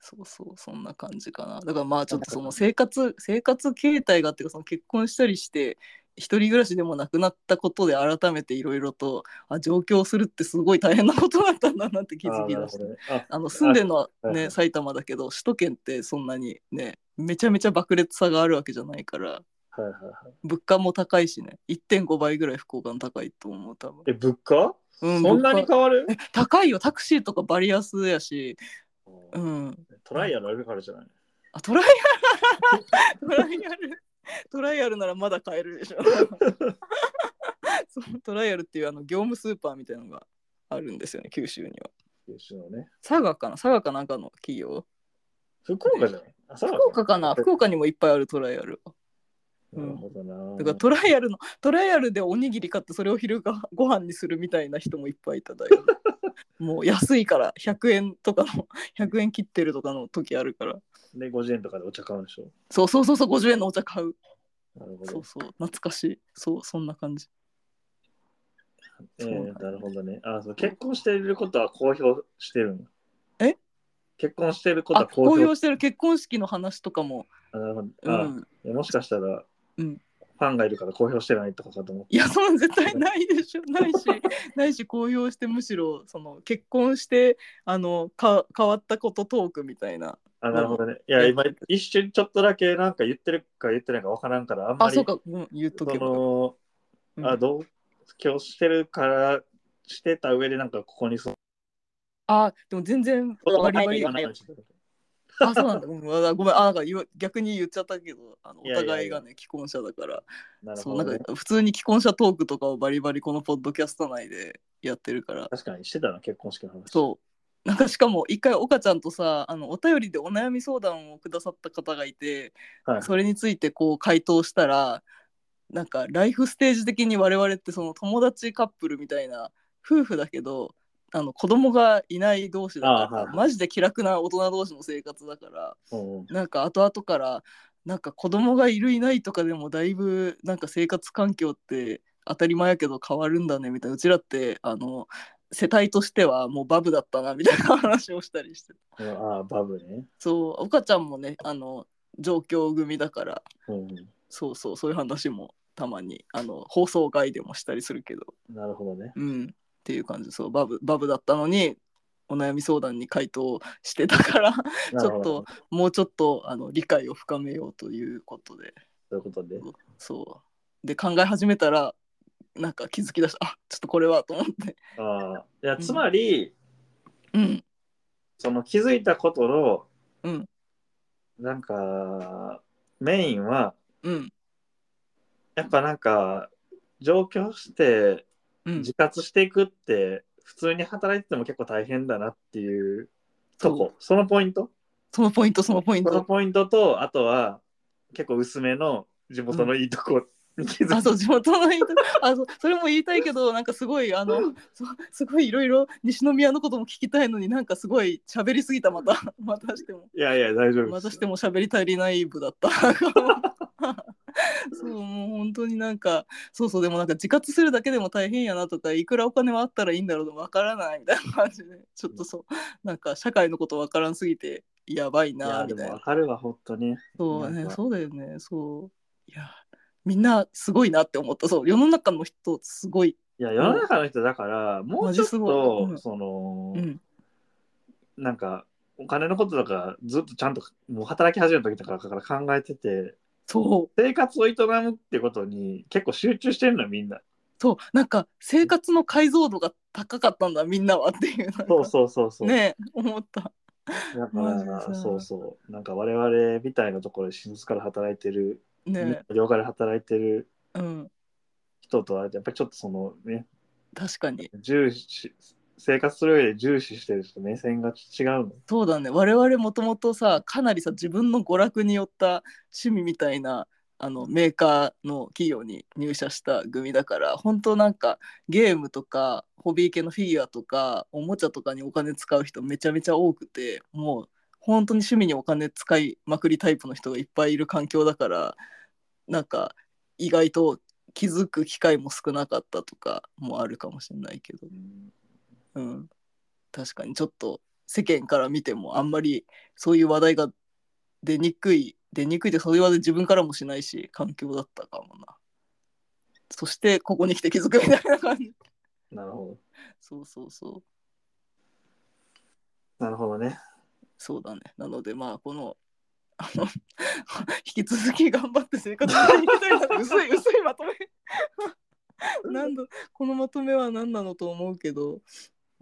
Speaker 1: そうそう、そんな感じかな。だからまあちょっとその生活、生活形態がっていうか、その結婚したりして、一人暮らしでもなくなったことで改めていろいろとあ上京するってすごい大変なことだったんだな って気づき
Speaker 2: あーなる
Speaker 1: だし
Speaker 2: ほ
Speaker 1: て
Speaker 2: どね。あ、
Speaker 1: あの住んでるのは
Speaker 2: はいは
Speaker 1: ね
Speaker 2: い
Speaker 1: 埼玉だけど首都圏ってそんなにねめちゃめちゃ爆裂さがあるわけじゃないから
Speaker 2: はいはいはい。
Speaker 1: 物価も高いしね1.5倍ぐらい福岡の高いと思う多分
Speaker 2: え、物価、
Speaker 1: うん
Speaker 2: そんなに変わる
Speaker 1: 高いよタクシーとかバリ安やし
Speaker 2: う
Speaker 1: うんん
Speaker 2: トライアルあるからじゃない
Speaker 1: あトライアルトライアルトライアルならまだ 買えるでしょそうトライアルっていうあの業務スーパーみたいなのがあるんですよね、九州には。
Speaker 2: 九州のね。
Speaker 1: 佐賀かな佐賀かなんかの企業
Speaker 2: 福岡じゃないあそうなの
Speaker 1: 福岡かな福岡にもいっぱいあるトライアルは。
Speaker 2: なるほどな。
Speaker 1: だからトライアルの、トライアルでおにぎり買ってそれを昼がご飯にするみたいな人もいっぱいいただいて。もう安いから100円とかの100円切ってるとかの時あるから
Speaker 2: で、50円とかでお茶買うんでしょ。
Speaker 1: そうそうそうそう50円のお茶買う
Speaker 2: なるほ
Speaker 1: そ
Speaker 2: ど
Speaker 1: う。そう懐かしいそうそんな感じ
Speaker 2: え
Speaker 1: そうなんだ
Speaker 2: ー、なるほどね。あそう結婚していることは公表してるんだ
Speaker 1: え
Speaker 2: 結婚していること
Speaker 1: あ
Speaker 2: は
Speaker 1: 公
Speaker 2: 公表
Speaker 1: 表してる結婚式の話とかも
Speaker 2: あなるほど
Speaker 1: う
Speaker 2: あ、
Speaker 1: ん
Speaker 2: いやもしかしたら、
Speaker 1: うん
Speaker 2: ファンがいるから公表してないとかかと思って。
Speaker 1: いやそんな絶対ないでしょ ないしないし公表してむしろその結婚してあのか変わったことトークみたいな
Speaker 2: あ、なるほどね。い
Speaker 1: い
Speaker 2: や、
Speaker 1: や
Speaker 2: 今、一瞬ちょっとだけなんか言ってるか言ってないかわからんから、あんま
Speaker 1: あ
Speaker 2: り、
Speaker 1: そうか、うん、言っと
Speaker 2: そ
Speaker 1: けば
Speaker 2: の、
Speaker 1: うん
Speaker 2: あ、同居してるから、してた上でなんかここにそう。
Speaker 1: あでも全然バリバリ
Speaker 2: あなんかしてた
Speaker 1: あ、そうなんだ。うんあごめん、あ、なんか言わ逆に言っちゃったけど、あのお
Speaker 2: いやいやいや
Speaker 1: 互いがね、既婚者だから、
Speaker 2: なる
Speaker 1: そ
Speaker 2: ほ
Speaker 1: う、
Speaker 2: ど
Speaker 1: な
Speaker 2: ね、
Speaker 1: んか普通に既婚者トークとかをバリバリこのポッドキャスト内でやってるから、
Speaker 2: 確かにしてたな、結婚式の話。
Speaker 1: そう。なんかしかも一回岡ちゃんとさあのお便りでお悩み相談をくださった方がいて、
Speaker 2: はい
Speaker 1: それについてこう回答したらなんかライフステージ的に我々ってその友達カップルみたいな夫婦だけどあの子供がいない同士だ
Speaker 2: あー
Speaker 1: から
Speaker 2: はいはい
Speaker 1: マジで気楽な大人同士の生活だから
Speaker 2: うんうん
Speaker 1: なんか後々からなんか子供がいるいないとかでもだいぶなんか生活環境って当たり前やけど変わるんだねみたいなうちらってあの世帯としてはもうバブだったなみたいな話をしたりして
Speaker 2: うんあ、バブね。
Speaker 1: そう岡ちゃんもねあの上京組だから
Speaker 2: うんうん
Speaker 1: そうそうそういう話もたまにあの放送外でもしたりするけど
Speaker 2: なるほどね。
Speaker 1: うんっていう感じそうバブバブだったのにお悩み相談に回答してたから
Speaker 2: なるほ
Speaker 1: ちょ
Speaker 2: ど
Speaker 1: っもうちょっとあの理解を深めようということで
Speaker 2: ということで。
Speaker 1: そうで考え始めたらなんか気づきだしたあちょっとこれはと思って
Speaker 2: ああ。いや、つまり、
Speaker 1: うん
Speaker 2: その気づいたことの、
Speaker 1: うん
Speaker 2: なんかメインは
Speaker 1: うん
Speaker 2: やっぱなんか上京して
Speaker 1: うん
Speaker 2: 自活していくって普通に働いてても結構大変だなっていうとこそのポイント
Speaker 1: そのポイントそのポイン
Speaker 2: その
Speaker 1: ト
Speaker 2: ポイントとあとは結構薄めの地元のいいとこに気づ
Speaker 1: あ
Speaker 2: いて、
Speaker 1: そう地元の人あそうそれも言いたいけどなんかすごいあのそすごいいろいろ西宮のことも聞きたいのになんかすごい喋りすぎたまた またしても
Speaker 2: いやいや大丈夫
Speaker 1: ま
Speaker 2: で
Speaker 1: た
Speaker 2: す
Speaker 1: しても喋り足りない部だった そうもう本当になんかそうそうでもなんか自活するだけでも大変やなとかいくらお金はあったらいいんだろうとわからないみたいな感じでちょっとそうなんか社会のことわからんすぎてやばい
Speaker 2: いや
Speaker 1: な
Speaker 2: で
Speaker 1: みたい
Speaker 2: もわ
Speaker 1: な
Speaker 2: かるわ本当に
Speaker 1: そう
Speaker 2: なん
Speaker 1: ね
Speaker 2: か
Speaker 1: そうだよねそういやみんなすごいなって思ったそう世の中の人すごい
Speaker 2: いや世の中の人だから、もうちょっ
Speaker 1: マジすご
Speaker 2: と、
Speaker 1: いうん
Speaker 2: その、
Speaker 1: うん
Speaker 2: なんかお金のことだからずっとちゃんともう働き始めた時だからから考えてて
Speaker 1: そう
Speaker 2: 生活を営むってことに結構集中してるのよみ んな
Speaker 1: そうなんか生活の解像度が高かったんだみんなはっていうなんか
Speaker 2: そうそうそうそう、
Speaker 1: ね思った
Speaker 2: だか
Speaker 1: マジ
Speaker 2: ら
Speaker 1: でさ
Speaker 2: そうそうなんか我々みたいなところで新卒から働いてる、
Speaker 1: ね
Speaker 2: 業界で働いてる
Speaker 1: うん
Speaker 2: 人とはやっぱりちょっとそのね
Speaker 1: 確かに
Speaker 2: 重視生活する上で重視してる人と目線が違うの
Speaker 1: そうだね我々もともとさかなりさ自分の娯楽によった趣味みたいなあのメーカーの企業に入社した組だから本当なんかゲームとかホビー系のフィギュアとかおもちゃとかにお金使う人めちゃめちゃ多くてもう本当に趣味にお金使いまくりタイプの人がいっぱいいる環境だからなんか意外と気づく機会も少なかったとかもあるかもしれないけど。うん、確かにちょっと世間から見てもあんまりそういう話題が出にくい出にくいでそういう話題自分からもしないし環境だったかもなそしてここに来て気づくみたいな感じ
Speaker 2: なるほ
Speaker 1: そうそうそう
Speaker 2: どなるほどね
Speaker 1: そうだねなのでまあこのあの 引き続き頑張って生活していきたいな薄い薄いまとめ なんだこのまとめは何なのと思うけど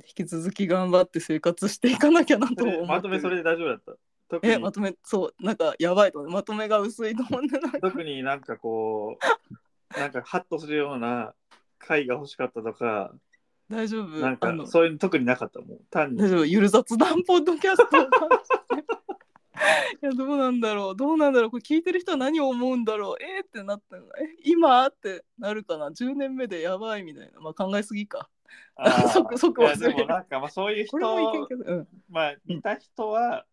Speaker 1: 引き続き頑張って生活していかなきゃなと
Speaker 2: そ
Speaker 1: 思
Speaker 2: れ
Speaker 1: って
Speaker 2: まとめそれで大丈夫だった特
Speaker 1: え
Speaker 2: に
Speaker 1: まとめそうなんかやばいと思うまとめが薄いと思うんだな
Speaker 2: 特になんかこうなんかハッとするような回が欲しかったとか
Speaker 1: 大丈夫
Speaker 2: なん
Speaker 1: あ
Speaker 2: か
Speaker 1: の
Speaker 2: そういうの特になかったもん 単
Speaker 1: 大
Speaker 2: に
Speaker 1: 丈夫ゆる雑談ポッドキャスト いやどうなんだろうどうなんだろうこれ聞いてる人は何を思うんだろうえー、ってなったのえ今ってなるかな10年目でやばいみたいなまあ考えすぎか
Speaker 2: あ ー
Speaker 1: 即即忘れる
Speaker 2: いやでもなんかまあそういう人
Speaker 1: これもいけんけど、うん、
Speaker 2: まあ似た人は、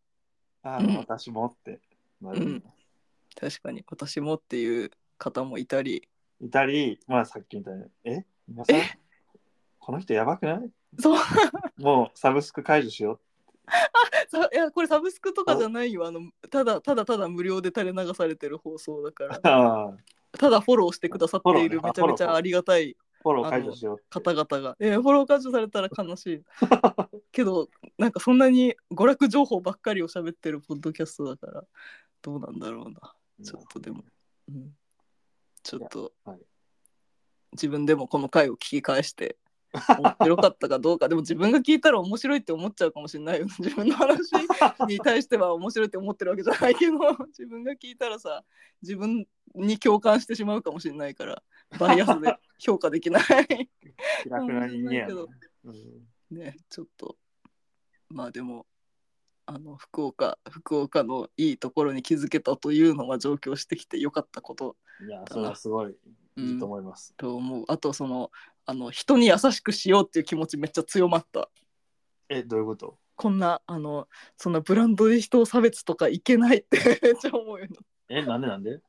Speaker 2: あ
Speaker 1: うん
Speaker 2: の私もってなる、
Speaker 1: うん確かに私もっていう方もいたり
Speaker 2: いたりまあさっきみたいにえ皆さん
Speaker 1: え
Speaker 2: この人やばくない
Speaker 1: そう
Speaker 2: もうサブスク解除しよ
Speaker 1: さいやこれサブスクとかじゃないよあのただただただ無料で垂れ流されてる放送だか
Speaker 2: う
Speaker 1: ら
Speaker 2: あー
Speaker 1: ただフォローしてくださっている
Speaker 2: フォロー
Speaker 1: めち
Speaker 2: ね
Speaker 1: ゃめちゃありがたい
Speaker 2: フォロー解除しようって
Speaker 1: 方々が、えーフォロー解除されたら悲しいけどなんかそんなに娯楽情報ばっかりを喋ってるポッドキャストだからどうなんだろうなちょっとでも、うん、ちょっと、
Speaker 2: いやはい
Speaker 1: 自分でもこの回を聞き返 して面白かったかどうかでも自分が聞いたら面白いって思っちゃうかもしれないよね 自分の話に対しては面白いって思ってるわけじゃないけど 自分が聞いたらさ自分に共感してしまうかもしれないからバイアスで評価できない
Speaker 2: 気楽 な人間や な
Speaker 1: そう
Speaker 2: うん
Speaker 1: ねちょっとまあでもあの福岡福岡のいいところに気づけたというのは上京してきてよかったこと
Speaker 2: いやそれはすごいいいと思います、
Speaker 1: と思うあとそのあの人に優しくしようっていう気持ちめっちゃ強まった
Speaker 2: えどういうこと
Speaker 1: こんなあのそんなブランドで人を差別とかいけないって めっちゃ思うよ
Speaker 2: えなんでなんで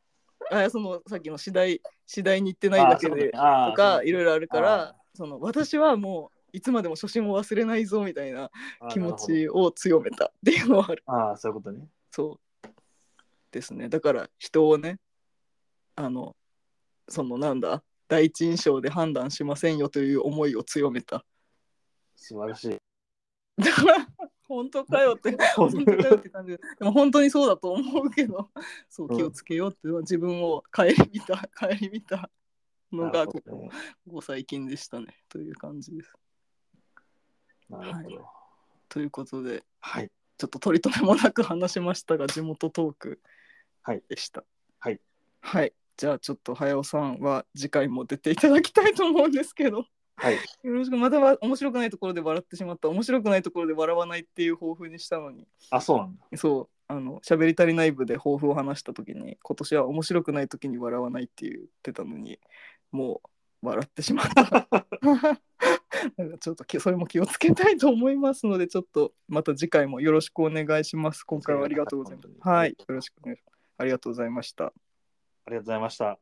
Speaker 1: なあそのさっきの次第次第に行ってないだけで
Speaker 2: あーそうだねあー
Speaker 1: とか
Speaker 2: そう
Speaker 1: いろいろあるか
Speaker 2: あー
Speaker 1: らその私はもういつまでも初心を忘れないぞみたいな
Speaker 2: あー
Speaker 1: 気持
Speaker 2: なる
Speaker 1: ちを強めたっていうのはある
Speaker 2: ほどあーそういうことね
Speaker 1: そうですねだから人をねあのそのなんだ第一印象で判断しませんよという思いを強めた
Speaker 2: 素晴らしい
Speaker 1: だから本当かよって 本当かよって感じででも本当にそうだと思うけどそう
Speaker 2: うん
Speaker 1: 気をつけようっていうのは自分を顧みた顧みたの
Speaker 2: な
Speaker 1: がこ
Speaker 2: るほ
Speaker 1: こ
Speaker 2: どね
Speaker 1: ここ最近でしたねという感じです。
Speaker 2: なるほど
Speaker 1: ということで
Speaker 2: はい
Speaker 1: ちょっと取り留めもなく話しましたが地元トーク
Speaker 2: はい
Speaker 1: でした。
Speaker 2: はい、
Speaker 1: はい、じゃあちょっと早尾さんは次回も出ていただきたいと思うんですけどよ
Speaker 2: はい
Speaker 1: ろしくまたは面白くないところで笑ってしまった面白くないところで笑わないっていう抱負にしたのに
Speaker 2: あそうなんだ
Speaker 1: そうあの喋り足りない部で抱負を話した時に今年は面白くない時に笑わないって言ってたのにもう笑ってしまった。なんかちょっときそれも気をつけたいと思いますのでちょっとまた次回もよろしくお願いします。今回はありがとうございます。はい、よろしくお願いします。ありがとうございました。
Speaker 2: ありがとうございました